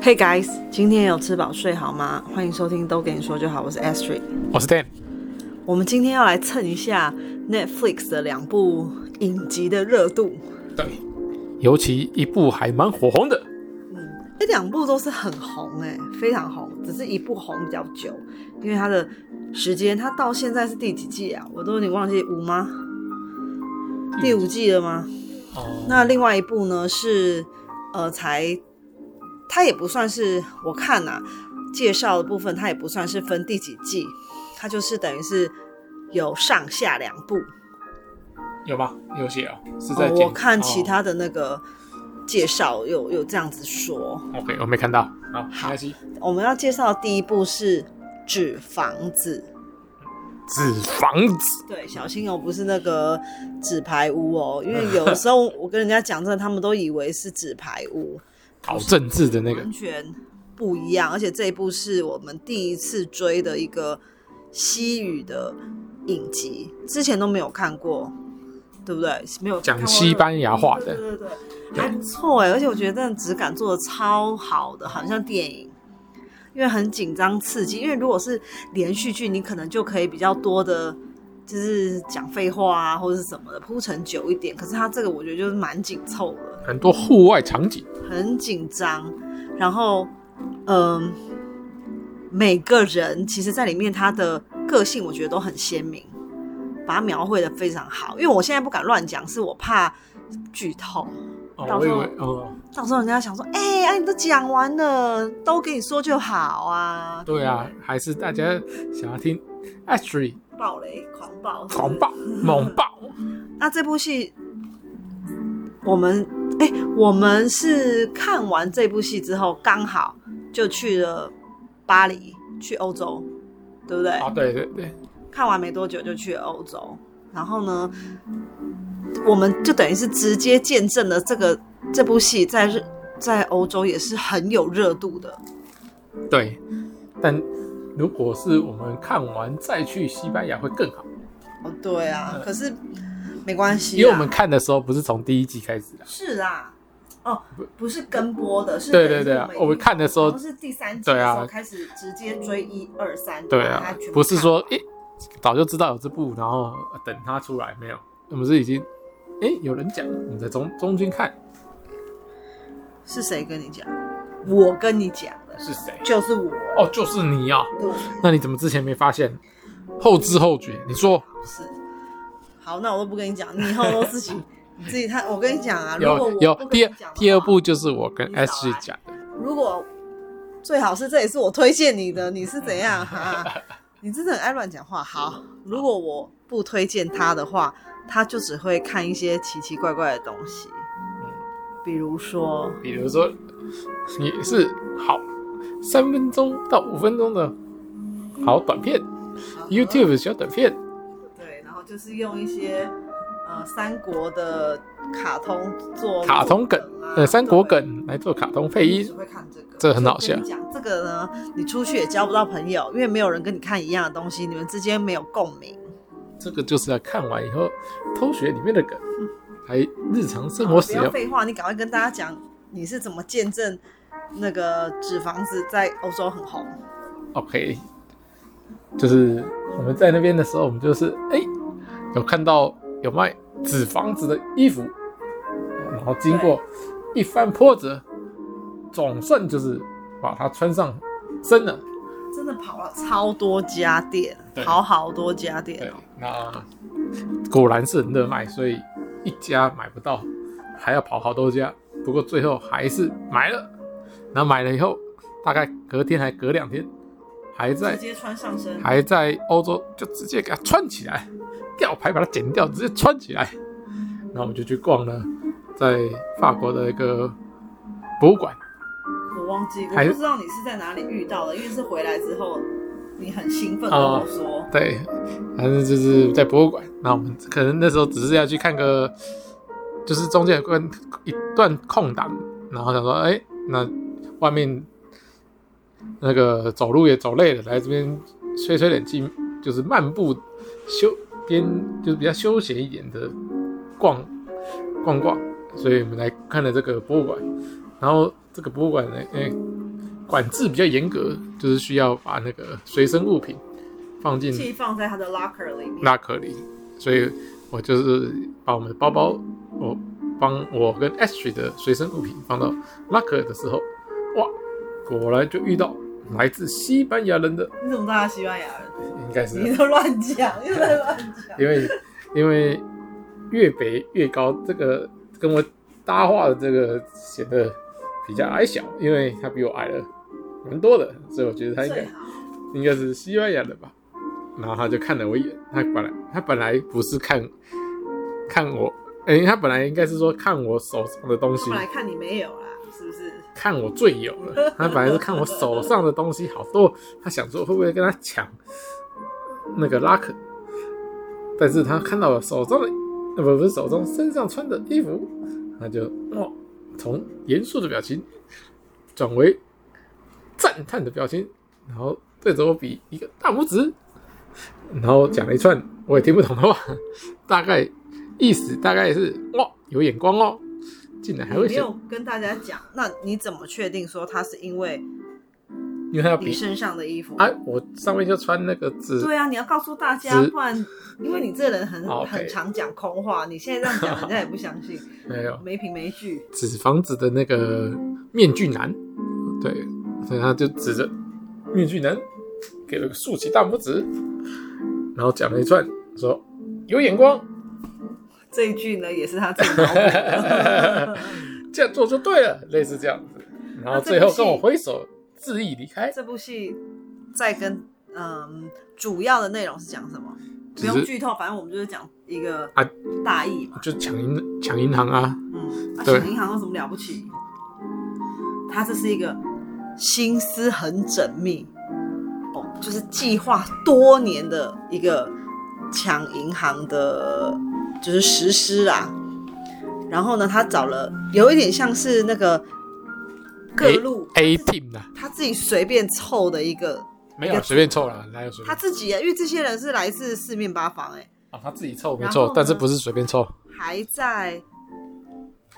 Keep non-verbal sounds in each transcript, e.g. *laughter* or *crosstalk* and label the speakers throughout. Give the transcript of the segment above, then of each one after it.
Speaker 1: Hey guys，今天有吃饱睡好吗？欢迎收听《都跟你说就好》，我是 Astrid。
Speaker 2: 我是 Dan，
Speaker 1: 我们今天要来蹭一下 Netflix 的两部影集的热度。
Speaker 2: 对，尤其一部还蛮火红的，
Speaker 1: 这哎两部都是很红哎、非常红，只是一部红比较久，因为它的时间，它到现在是第几季啊？我都有点忘记五吗？第五季了吗？
Speaker 2: 哦，
Speaker 1: 那另外一部呢是，呃，才，它也不算是我看呐、介绍的部分它也不算是分第几季，它就是等于是有上下两部。
Speaker 2: 有吗？有写哦，是在
Speaker 1: 哦、
Speaker 2: 剪、
Speaker 1: 我看其他的那个介绍有有这样子说，
Speaker 2: 哦 OK，我没看到，好，没关系。
Speaker 1: 我们要介绍的第一部是纸房子。
Speaker 2: 纸房子，
Speaker 1: 对，小心哦，不是那个纸牌屋哦， *laughs* 因为有时候我跟人家讲这个，他们都以为是纸牌屋，
Speaker 2: 搞政治的那个
Speaker 1: 完，全不一样。而且这一部是我们第一次追的一个西语的影集，之前都没有看过，对不对？没有
Speaker 2: 讲
Speaker 1: 看过
Speaker 2: 西班牙话
Speaker 1: 对
Speaker 2: 的，
Speaker 1: 对对对，还不错哎，而且我觉得真的质感做的超好的，很像电影，因为很紧张刺激。因为如果是连续剧，你可能就可以比较多的，就是讲废话啊或者是什么的，铺陈久一点。可是它这个我觉得就是蛮紧凑的，
Speaker 2: 很多户外场景，
Speaker 1: 很紧张，然后嗯、每个人其实在里面他的个性我觉得都很鲜明。把它描绘的非常好，因为我现在不敢乱讲，是我怕剧透。
Speaker 2: 哦，
Speaker 1: 到
Speaker 2: 我
Speaker 1: 时
Speaker 2: 以
Speaker 1: 候
Speaker 2: 为哦，
Speaker 1: 到时候人家想说，哎、哎、你都讲完了，都跟你说就好啊，
Speaker 2: 对啊，还是大家想要听 Ashley
Speaker 1: 暴雷狂暴是不是 *laughs*
Speaker 2: 狂。暴猛爆，
Speaker 1: 那这部戏，我们哎、我们是看完这部戏之后，刚好就去了巴黎，去欧洲，对不对？
Speaker 2: 啊，对对对，
Speaker 1: 看完没多久就去了欧洲，然后呢，我们就等于是直接见证了这个这部戏在日在欧洲也是很有热度的。
Speaker 2: 对，但如果是我们看完再去西班牙会更好，
Speaker 1: 哦，对啊，可是没关系啊啦，
Speaker 2: 嗯因为我们看的时候不是从第一季开始的，
Speaker 1: 是啊，哦，不是跟播的，是
Speaker 2: 对对对啊
Speaker 1: 等于是
Speaker 2: 我们看的时候
Speaker 1: 好像是第三集的时
Speaker 2: 对
Speaker 1: 候
Speaker 2: 啊
Speaker 1: 开始直接追一二三，
Speaker 2: 对
Speaker 1: 把它
Speaker 2: 啊
Speaker 1: 全，部
Speaker 2: 不是
Speaker 1: 看
Speaker 2: 说诶、早就知道有这部，然后呃等它出来没有？我们是已经诶、有人讲，我们在中中间看
Speaker 1: 是谁跟你讲，我跟你讲的，
Speaker 2: 是谁？
Speaker 1: 就是我，
Speaker 2: 哦，就是你啊！
Speaker 1: 对，
Speaker 2: 那你怎么之前没发现？后知后觉，你说
Speaker 1: 是。好，那我都不跟你讲，你以后都自己
Speaker 2: *laughs*
Speaker 1: 你自己看。我跟你讲啊，如果
Speaker 2: 有
Speaker 1: 我
Speaker 2: 有
Speaker 1: 不跟
Speaker 2: 第
Speaker 1: 你
Speaker 2: 二
Speaker 1: 讲的
Speaker 2: 第二
Speaker 1: 话
Speaker 2: 部就是我跟
Speaker 1: 你少
Speaker 2: S
Speaker 1: 来
Speaker 2: G 讲的，
Speaker 1: 如果最好是这也是我推荐你的，你是怎样哈？你真的很爱乱讲话。好，如果我不推荐他的话，他就只会看一些奇奇怪怪的东西，比如说
Speaker 2: 比如说你是好三分钟到五分钟的好短片，YouTube 小短片，
Speaker 1: 呃对，然后就是用一些呃三国的卡通做
Speaker 2: 卡通梗
Speaker 1: 啊，
Speaker 2: 呃三国
Speaker 1: 对
Speaker 2: 梗来做卡通配音
Speaker 1: 只，会看这个，
Speaker 2: 这很好
Speaker 1: 所以我跟你讲这个呢，你出去也交不到朋友，因为没有人跟你看一样的东西，你们之间没有共鸣。
Speaker 2: 这个就是要看完以后偷学里面的梗，还日常生
Speaker 1: 好
Speaker 2: 活使
Speaker 1: 嗯啊不要
Speaker 2: 用。
Speaker 1: 废话，你赶快跟大家讲你是怎么见证那个纸房子在欧洲很红。
Speaker 2: OK，就是我们在那边的时候，我们就是哎、有看到有卖纸房子的衣服，然后经过一番波折，总算就是把它穿上身了。
Speaker 1: 真的跑了超多家店，
Speaker 2: 对
Speaker 1: 好好多家店
Speaker 2: 对
Speaker 1: 哦。，
Speaker 2: 那果然是很热卖，所以一家买不到，还要跑好多家。不过最后还是买了，然后买了以后，大概隔天还隔两天，还在
Speaker 1: 直接穿上身，
Speaker 2: 还在欧洲就直接给它穿起来，吊牌把它剪掉，直接穿起来。然后我们就去逛了，在法国的一个博物馆，
Speaker 1: 我忘记，我
Speaker 2: 还
Speaker 1: 不知道你是在哪里遇到的，因为是回来之后你很兴奋跟
Speaker 2: 哦
Speaker 1: 我说，
Speaker 2: 对，反正就是在博物馆。那我们可能那时候只是要去看个，就是中间有个一段空档，然后想说，哎，那外面那个走路也走累了，来这边吹吹冷气，就是漫步休边，就是比较休闲一点的逛逛逛。所以我们来看了这个博物馆，然后这个博物馆呢，哎，管制比较严格，就是需要把那个随身物品放进
Speaker 1: 寄放在他的 locker 里面。
Speaker 2: 拉克里，所以我就是把我们的包包，我帮我跟 Ashley 的随身物品放到拉克的时候，哇，果然就遇到来自西班牙人的，
Speaker 1: 你怎么知道他西班牙人？
Speaker 2: 应该是啊
Speaker 1: 你都乱讲，又在乱讲。
Speaker 2: 因为因为越北越高，这个跟我搭话的这个显得比较矮小，因为他比我矮了蛮多的，所以我觉得他应该
Speaker 1: 最好
Speaker 2: 应该是西班牙人吧。然后他就看了我一眼，他本来他本来不是看看我，哎、他本来应该是说看我手上的东
Speaker 1: 他
Speaker 2: 西
Speaker 1: 们，来看你没有啦，是不是？
Speaker 2: 看我最有了。他本来是看我手上的东西好多，他想说会不会跟他抢那个拉克，但是他看到我手中的，呃不不是手中身上穿的衣服，他就哦，从严肃的表情转为赞叹的表情，然后对着我比一个大拇指，然后讲了一串我也听不懂的话，大概意思大概是哇有眼光哦，竟然还
Speaker 1: 哎
Speaker 2: 会
Speaker 1: 你没
Speaker 2: 想
Speaker 1: 有跟大家讲，那你怎么确定说他是因为
Speaker 2: 因为他要比
Speaker 1: 你身上的衣服？
Speaker 2: 啊，我上面就穿那个紫，
Speaker 1: 对啊，你要告诉大家
Speaker 2: 只，
Speaker 1: 不然因为你这人很
Speaker 2: 哦 OK
Speaker 1: 很常讲空话，你现在这样讲，人家也不相信， *laughs*
Speaker 2: 没有
Speaker 1: 没凭没据。
Speaker 2: 纸房子的那个面具男，对，所以他就指着面具男，给了个竖起大拇指，然后讲了一串，说有眼光，
Speaker 1: 这一句呢，也是他自己脑补
Speaker 2: *laughs*
Speaker 1: 的。
Speaker 2: 这样做就对了，类似这样子，然后
Speaker 1: 啊
Speaker 2: 最后跟我挥手致意离开，
Speaker 1: 这部戏在跟嗯主要的内容是讲什么？不
Speaker 2: 只
Speaker 1: 用
Speaker 2: 是
Speaker 1: 剧透，反正我们就是讲一个
Speaker 2: 啊
Speaker 1: 大意嘛。
Speaker 2: 就抢银抢银行啊，
Speaker 1: 嗯，那
Speaker 2: 对
Speaker 1: 抢银行有什么了不起？他这是一个心思很缜密，哦，就是计划多年的一个抢银行的，就是实施啦。然后呢，他找了有一点像是那个各路
Speaker 2: A team 啊，
Speaker 1: 他自己随便凑的一个，
Speaker 2: 没有随便凑啦，哪有随
Speaker 1: 他
Speaker 2: 便？
Speaker 1: 自己啊耶，因为这些人是来自四面八方，哎，
Speaker 2: 啊，他自己凑没
Speaker 1: 然后
Speaker 2: 错
Speaker 1: 呢，
Speaker 2: 但是不是随便凑，
Speaker 1: 还在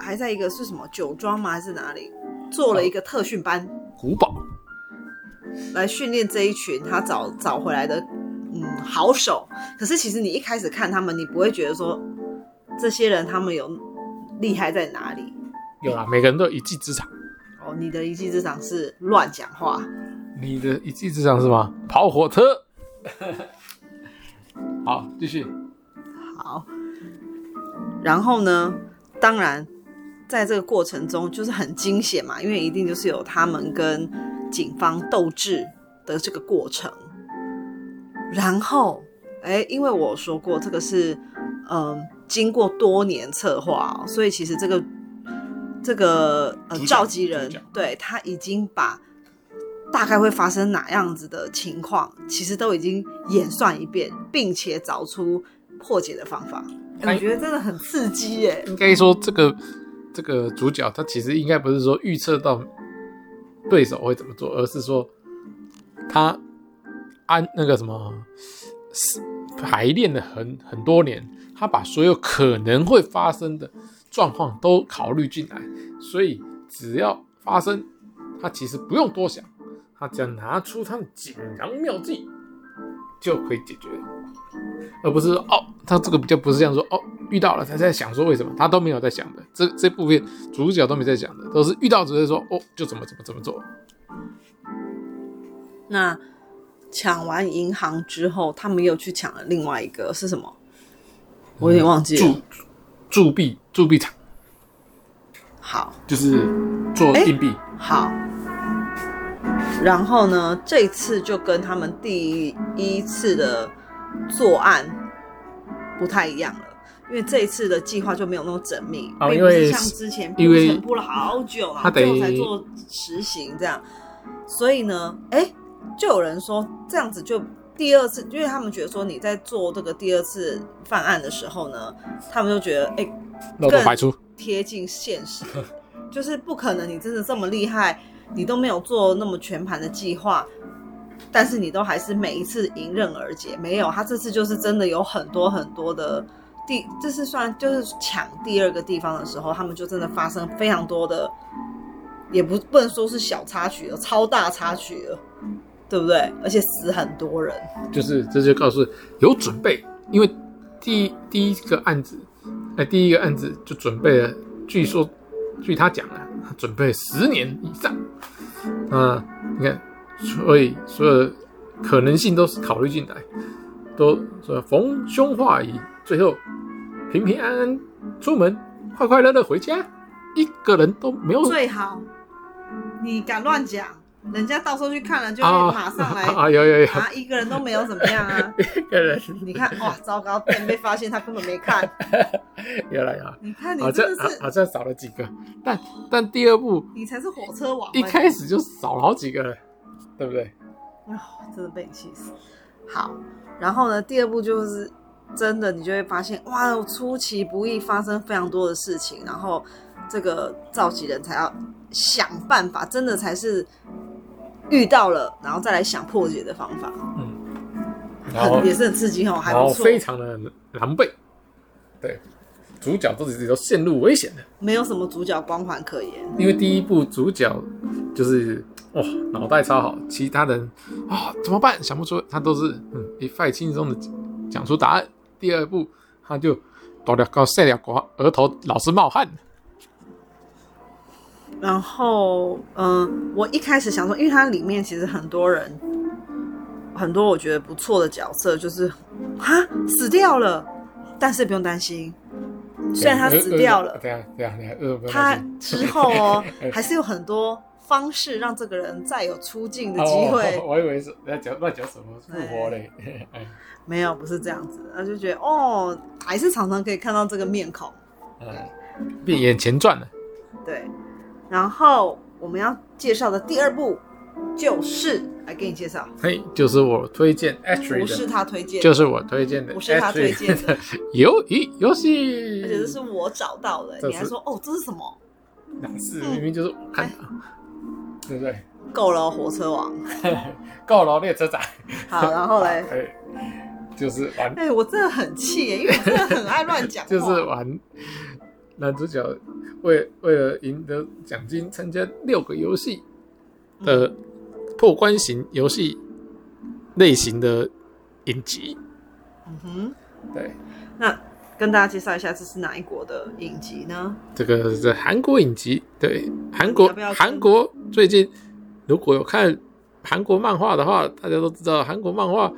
Speaker 1: 还在一个是什么酒庄吗？还是哪里做了一个特训班、
Speaker 2: 古堡
Speaker 1: 来训练这一群他找找回来的嗯好手。可是其实你一开始看他们，你不会觉得说这些人他们有厉害在哪里
Speaker 2: 有啦，每个人都有一技之长。
Speaker 1: 哦。你的一技之长是乱讲话，
Speaker 2: 你的一技之长是什么？跑火车。好，继续。
Speaker 1: 好，然后呢，当然在这个过程中就是很惊险嘛，因为一定就是有他们跟警方斗智的这个过程。然后，哎，因为我说过这个是，嗯，经过多年策划哦、所以其实这个这个呃
Speaker 2: 主角
Speaker 1: 召集人
Speaker 2: 主角
Speaker 1: 对他已经把大概会发生哪样子的情况，其实都已经演算一遍，并且找出破解的方法。哎
Speaker 2: 哎
Speaker 1: 我觉得真的很刺激耶！
Speaker 2: 应该说这个这个主角他其实应该不是说预测到对手会怎么做，而是说他按那个什么是排练了很很多年，他把所有可能会发生的状况都考虑进来，所以只要发生，他其实不用多想，他只要拿出他的锦囊妙计就可以解决了。而不是说哦，他这个比较不是这样说哦，遇到了他在想说为什么，他都没有在想的，这这部片主角都没在想的，都是遇到只是说哦，就怎么怎么怎么做，
Speaker 1: 那抢完银行之后，他们又去抢了另外一个是什么？我有点忘记了。
Speaker 2: 铸铸币铸币厂
Speaker 1: 好
Speaker 2: 就是做
Speaker 1: 哎
Speaker 2: 硬币，
Speaker 1: 好，然后呢，这次就跟他们第一次的作案不太一样了。因为这一次的计划就没有那么缜密，并
Speaker 2: 哦
Speaker 1: 不
Speaker 2: 因
Speaker 1: 是
Speaker 2: 为
Speaker 1: 像之前
Speaker 2: 因
Speaker 1: 铺
Speaker 2: 为
Speaker 1: 陈铺了好久嘛，
Speaker 2: 他得
Speaker 1: 最后才做实行这样，所以呢，哎，就有人说这样子就第二次，因为他们觉得说你在做这个第二次犯案的时候呢，他们就觉得哎，诶
Speaker 2: 漏洞百出，
Speaker 1: 贴近现实， *laughs* 就是不可能你真的这么厉害，你都没有做那么全盘的计划，但是你都还是每一次迎刃而解。没有，他这次就是真的有很多很多的第，这是算就是抢第二个地方的时候，他们就真的发生非常多的也不不能说是小插曲了，超大插曲了，对不对？而且死很多人，
Speaker 2: 就是这就告诉有准备，因为第第一个案子，哎、第一个案子就准备了，据说据他讲啊，他准备了十年以上。嗯，你看，所以所有的可能性都是考虑进来，都说逢凶化吉，最后平平安安出门，快快乐乐回家，一个人都没有
Speaker 1: 最好你敢乱讲，人家到时候去看了就
Speaker 2: 啊
Speaker 1: 会马上来
Speaker 2: *laughs* 啊，有有有，
Speaker 1: 啊，一个人都没有怎么样
Speaker 2: *laughs*
Speaker 1: 啊。
Speaker 2: 一个人
Speaker 1: 你看，哇，糟糕，被被发现他根本没看。
Speaker 2: 有了有了，
Speaker 1: 你看，你
Speaker 2: 好像啊
Speaker 1: 真的
Speaker 2: 好
Speaker 1: 是，
Speaker 2: 好像少了几个，但但第二部
Speaker 1: 你才是火车王。
Speaker 2: 一开始就少了好几个了，对不对？
Speaker 1: 啊，真的被你气死。好，然后呢，第二步就是真的，你就会发现，哇，出其不意发生非常多的事情，然后这个召集人才要想办法，真的才是遇到了，然后再来想破解的方法，
Speaker 2: 然后
Speaker 1: 很也是很刺激哦，还
Speaker 2: 然后
Speaker 1: 不错，
Speaker 2: 非常的狼狈，对，主角都自己都陷入危险了。
Speaker 1: 没有什么主角光环可言。
Speaker 2: 因为第一部主角就是哇脑袋超好，其他人啊、怎么办想不出，他都是嗯一派轻松的讲出答案。第二部他就倒了高晒了瓜，额头老是冒汗。
Speaker 1: 然后，嗯，我一开始想说，因为它里面其实很多人，很多我觉得不错的角色，就是啊死掉了，但是不用担心，虽然他死掉了，
Speaker 2: 对啊对啊对啊，呃，
Speaker 1: 他之后哦
Speaker 2: 哎
Speaker 1: 还是有很多方式让这个人再有出
Speaker 2: *laughs*
Speaker 1: 镜的机会。
Speaker 2: 哦
Speaker 1: 哎
Speaker 2: 我以为是在讲乱讲什么复活嘞， *laughs*
Speaker 1: 没有，不是这样子，他就觉得哦，还是常常可以看到这个面孔。
Speaker 2: 变眼前啊转了，
Speaker 1: 对，然后我们要介绍的第二部就是来给你介绍，
Speaker 2: 嘿，就是我推荐 Ashley
Speaker 1: 不是
Speaker 2: 的，
Speaker 1: 他推荐的，
Speaker 2: 就是我推荐的，
Speaker 1: 不是他推荐
Speaker 2: *laughs*
Speaker 1: 的，
Speaker 2: 游戏游戏，
Speaker 1: 而且这是我找到的、
Speaker 2: 这
Speaker 1: 你还
Speaker 2: 是
Speaker 1: 说哦，这是什么？
Speaker 2: 哪是
Speaker 1: 嗯
Speaker 2: 明明就是我看的，对不对？ *laughs*
Speaker 1: 够了哦，火车王。
Speaker 2: 够了，列车长。
Speaker 1: 好，然后嘞，
Speaker 2: 哎，就是玩，
Speaker 1: 哎、我真的很气耶，因为我真的很爱乱讲话。
Speaker 2: 就是玩。男主角为为了赢得奖金，参加六个游戏
Speaker 1: 嗯
Speaker 2: 的破关型游戏类型的影集。
Speaker 1: 嗯哼，
Speaker 2: 对，
Speaker 1: 那跟大家介绍一下，这是哪一国的影集呢？
Speaker 2: 这个是韩国影集。对，韩国
Speaker 1: 要不要跟
Speaker 2: 韩国最近如果有看韩国漫画的话，大家都知道韩国漫画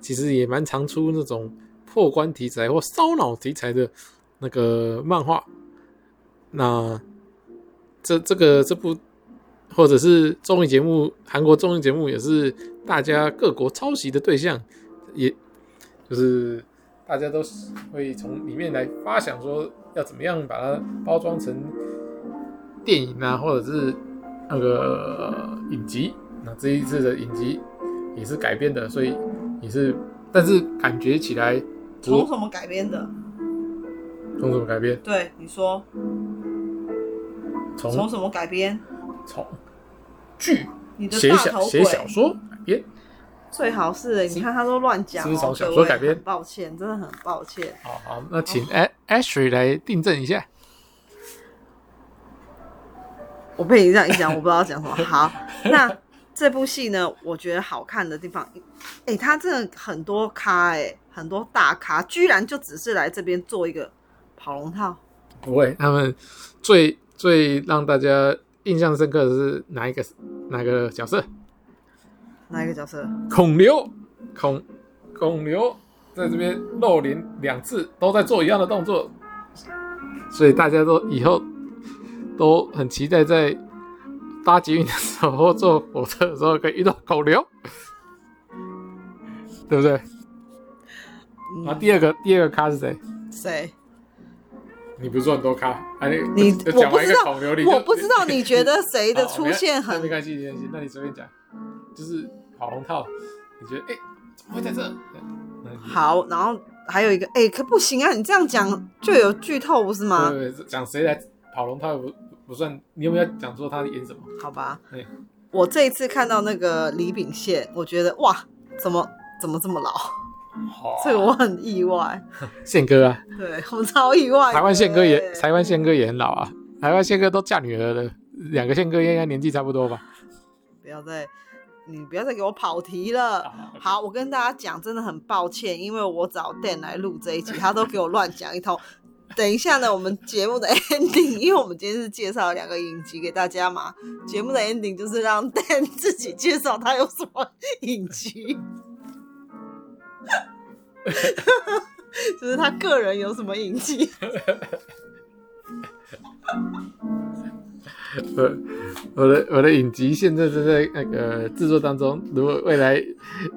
Speaker 2: 其实也蛮常出那种破关题材或烧脑题材的那个漫画。那这这个这部或者是综艺节目，韩国综艺节目也是大家各国抄袭的对象，也就是大家都是会从里面来发想说要怎么样把它包装成电影啊，或者是那个呃影集。那这一次的影集也是改编的，所以也是，但是感觉起来不
Speaker 1: 从什么改编的？
Speaker 2: 从什么改编？
Speaker 1: 对，你说
Speaker 2: 从
Speaker 1: 从什么改编？
Speaker 2: 从剧
Speaker 1: 你的
Speaker 2: 写
Speaker 1: 大
Speaker 2: 小
Speaker 1: 头
Speaker 2: 写
Speaker 1: 鬼
Speaker 2: 小说哎改编。
Speaker 1: 最好是耶，你看他都乱讲、哦，
Speaker 2: 是不是从小
Speaker 1: 各
Speaker 2: 说
Speaker 1: 位
Speaker 2: 改编
Speaker 1: 很抱歉，真的很抱歉。
Speaker 2: 好好，那请
Speaker 1: 哦
Speaker 2: A- Ashley 来订正一下。
Speaker 1: 我被你这样一讲，我不知道讲什么。好，那这部戏呢，我觉得好看的地方，哎、他真的很多咖、哎，很多大咖，居然就只是来这边做一个跑龙套。
Speaker 2: 不会，他们最最让大家印象深刻的是哪一个哪个角色？
Speaker 1: 哪一个角色？
Speaker 2: 孔刘，孔孔刘在这边露脸两次，都在做一样的动作，所以大家都以后都很期待在搭捷运的时候或坐火车的时候可以遇到孔刘， *laughs* 对不对？然
Speaker 1: 嗯，
Speaker 2: 后啊第二个第二个咖是谁？ *laughs*
Speaker 1: 谁？
Speaker 2: 你不是说很多咖？啊，你
Speaker 1: 你
Speaker 2: 就
Speaker 1: 我
Speaker 2: 讲
Speaker 1: 不
Speaker 2: 完一
Speaker 1: 知
Speaker 2: 个
Speaker 1: 道
Speaker 2: 孔刘，你，就
Speaker 1: 我不知道你觉
Speaker 2: *laughs*
Speaker 1: 得谁哎的出现
Speaker 2: 好没
Speaker 1: 很……
Speaker 2: 关系，没关系，那你随便讲，就是跑龙套，你觉得哎、怎么会在这？那你
Speaker 1: 好，然后还有一个，哎、可不行啊！你这样讲就有剧透不是吗？
Speaker 2: 对对对，讲谁来跑龙套不不算，你有没有讲说他演什么？
Speaker 1: 好吧
Speaker 2: 对，
Speaker 1: 我这一次看到那个李秉宪，我觉得哇，怎么怎么这么老？ *laughs* 这个我很意外。
Speaker 2: 宪哥
Speaker 1: *laughs*
Speaker 2: 啊，
Speaker 1: 对，我们超意外的。
Speaker 2: 台湾宪哥也
Speaker 1: 哎对
Speaker 2: 台湾宪哥也很老啊，台湾宪哥都嫁女儿了，两个宪哥应该年纪差不多吧？
Speaker 1: 不要再，你不要再给我跑题了。
Speaker 2: 啊
Speaker 1: 好，我跟大家讲，真的很抱歉，因为我找 Dan 来录这一集，他都给我乱讲一通。等一下呢，我们节目的 ending，因为我们今天是介绍两个影集给大家嘛，节目的 ending 就是让 Dan *laughs* 自己介绍他有什么影集， *laughs* 就是他个人有什么影集。
Speaker 2: 我我的我的影集现在正在那个制作当中，如果未来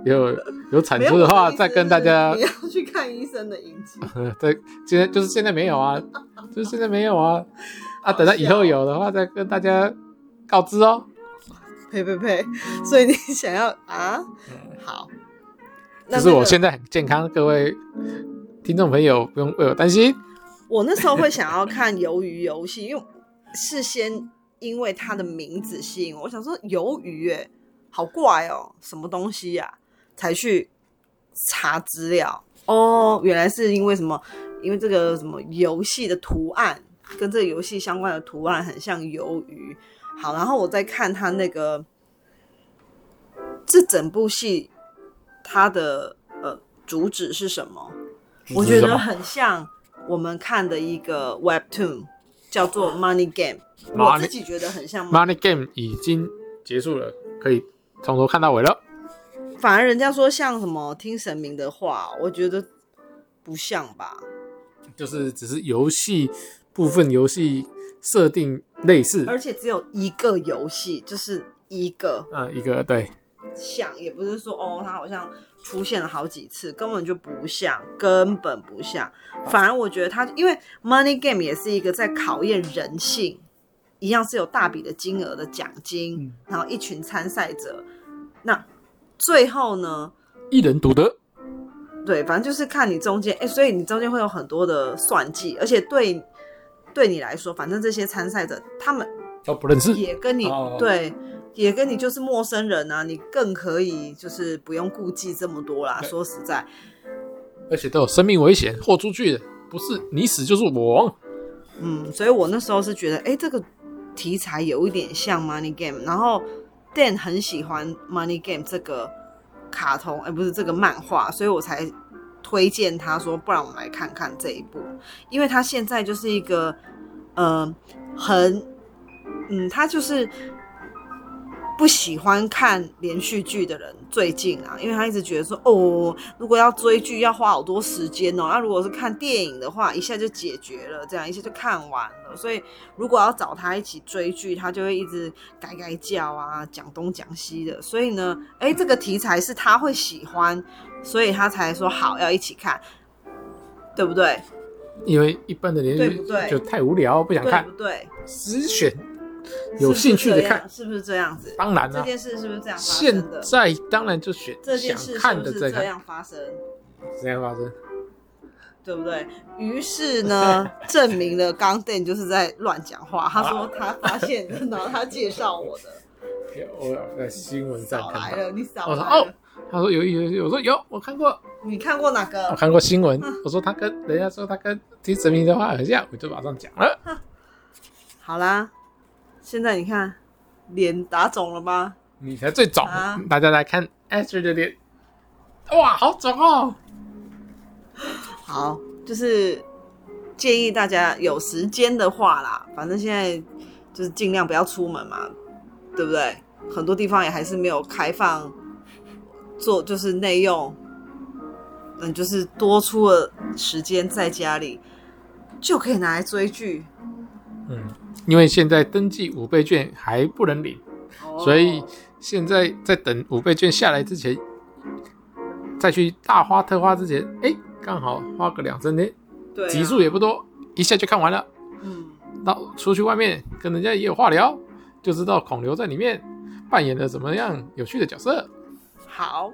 Speaker 2: 有有产
Speaker 1: 没有
Speaker 2: 出的话，
Speaker 1: 我意思
Speaker 2: 再跟大
Speaker 1: 是
Speaker 2: 家
Speaker 1: 你要去看医生的影
Speaker 2: *laughs*
Speaker 1: 集。
Speaker 2: 呃，在现在就是现在没有啊，就是现在没有啊，啊，等到以后有的话再跟大家告知哦。
Speaker 1: 呸呸呸！所以你想要啊？好，那
Speaker 2: 嗯就是我
Speaker 1: 那个
Speaker 2: 现在很健康，各位听众朋友不用为我担心。
Speaker 1: 我那时候会想要看《鱿鱼游戏》，因为事先因为它的名字吸引我，我想说鱿鱼、欸，好怪哦、什么东西呀、才去查资料，哦，原来是因为什么？因为这个什么游戏的图案跟这个游戏相关的图案很像鱿鱼。好，然后我再看它那个这整部戏它的呃主旨是什么？我觉得很像我们看的一个 webtoon，叫做 Money Game。我
Speaker 2: Money-
Speaker 1: 自己觉得很像 Money，
Speaker 2: Money Game 已经结束了，可以从头看到尾了。
Speaker 1: 反而人家说像什么听神明的话，我觉得不像吧。
Speaker 2: 就是只是游戏部分游戏设定类似，
Speaker 1: 而且只有一个游戏，就是一个
Speaker 2: 嗯，一个对，
Speaker 1: 像，也不是说哦，它好像出现了好几次，根本就不像，根本不像。反而我觉得它，因为 Money Game 也是一个在考验人性，一样是有大笔的金额的奖金，
Speaker 2: 嗯
Speaker 1: 然后一群参赛者，那最后呢，
Speaker 2: 一人独得。
Speaker 1: 对，反正就是看你中间，哎、所以你中间会有很多的算计，而且对对你来说，反正这些参赛者他
Speaker 2: *clears throat*
Speaker 1: 们
Speaker 2: 都不认识，
Speaker 1: 也跟你、
Speaker 2: 哦
Speaker 1: 对，也跟你就是陌生人啊，你更可以就是不用顾忌这么多啦。
Speaker 2: 对
Speaker 1: 说实在，
Speaker 2: 而且都有生命危险，豁出去的不是你死就是我亡。
Speaker 1: 嗯，所以我那时候是觉得，哎、这个题材有一点像 Money Game，然后 Dan 很喜欢 Money Game 这个卡通，哎、不是这个漫画，所以我才推荐他说，不然我们来看看这一部，因为他现在就是一个，呃，很，嗯，他就是。不喜欢看连续剧的人，最近啊，因为他一直觉得说，哦，如果要追剧要花好多时间哦，那、如果是看电影的话，一下就解决了，这样一下就看完了。所以如果要找他一起追剧，他就会一直改改叫啊，讲东讲西的。所以呢，诶，这个题材是他会喜欢，所以他才说好要一起看，对不对？
Speaker 2: 因为一般的连
Speaker 1: 对
Speaker 2: 续
Speaker 1: 不对
Speaker 2: 就太无聊，不想
Speaker 1: 对
Speaker 2: 看
Speaker 1: 不，对？
Speaker 2: 只选有兴趣的看。
Speaker 1: 是不是这样，是不是这样子？
Speaker 2: 当然
Speaker 1: 这
Speaker 2: 啦、
Speaker 1: 件事是不是这样发
Speaker 2: 现
Speaker 1: 生的？
Speaker 2: 在当然就选
Speaker 1: 这件
Speaker 2: 想
Speaker 1: 事是
Speaker 2: 看
Speaker 1: 不
Speaker 2: 的
Speaker 1: 是
Speaker 2: 再
Speaker 1: 这
Speaker 2: 看，
Speaker 1: 样发生？
Speaker 2: 这样发生。
Speaker 1: 对不对？于是
Speaker 2: *laughs*
Speaker 1: 呢，证明了刚 Dan 就是在乱讲话。他说他发现，然后他介绍我的，
Speaker 2: 我有在新闻上
Speaker 1: 少来
Speaker 2: 看到，
Speaker 1: 了，你少
Speaker 2: 我说
Speaker 1: 来
Speaker 2: 哦
Speaker 1: 了。，
Speaker 2: 他说有有有，我说有，我看过，
Speaker 1: 你看过哪
Speaker 2: 我
Speaker 1: 个？
Speaker 2: 看过新闻，我说他跟人家说他跟听神明的话很像，我就马上讲了。
Speaker 1: 好啦，现在你看脸打肿了吧？
Speaker 2: 你才最肿
Speaker 1: 啊，
Speaker 2: 大家来看 Astrid 的脸，哇，好肿哦。
Speaker 1: 好，就是建议大家有时间的话啦，反正现在就是尽量不要出门嘛，对不对？很多地方也还是没有开放做，就是内用，嗯，就是多出了时间在家里就可以拿来追剧，
Speaker 2: 嗯，因为现在登记五倍券还不能领，所以
Speaker 1: 哦
Speaker 2: 现在在等五倍券下来之前，再去大花特花之前，哎，刚好花个两三天，
Speaker 1: 对啊
Speaker 2: 集数也不多，一下就看完了。
Speaker 1: 嗯，
Speaker 2: 到出去外面跟人家也有话聊，就知道孔刘在里面扮演了怎么样有趣的角色。
Speaker 1: *laughs* 好，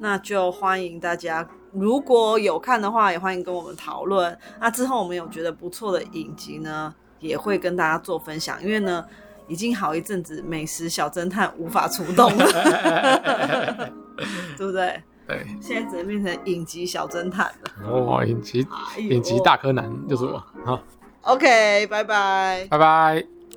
Speaker 1: 那就欢迎大家，如果有看的话，也欢迎跟我们讨论。那之后我们有觉得不错的影集呢，也会跟大家做分享。因为呢，已经好一阵子《美食小侦探》无法出动
Speaker 2: *laughs*
Speaker 1: 了，对不对？
Speaker 2: 对，
Speaker 1: 现在只能变成影集小侦探了。
Speaker 2: 哦，影集
Speaker 1: 哎呦
Speaker 2: 影集大柯南就是我，好，
Speaker 1: OK，拜拜。
Speaker 2: 拜拜。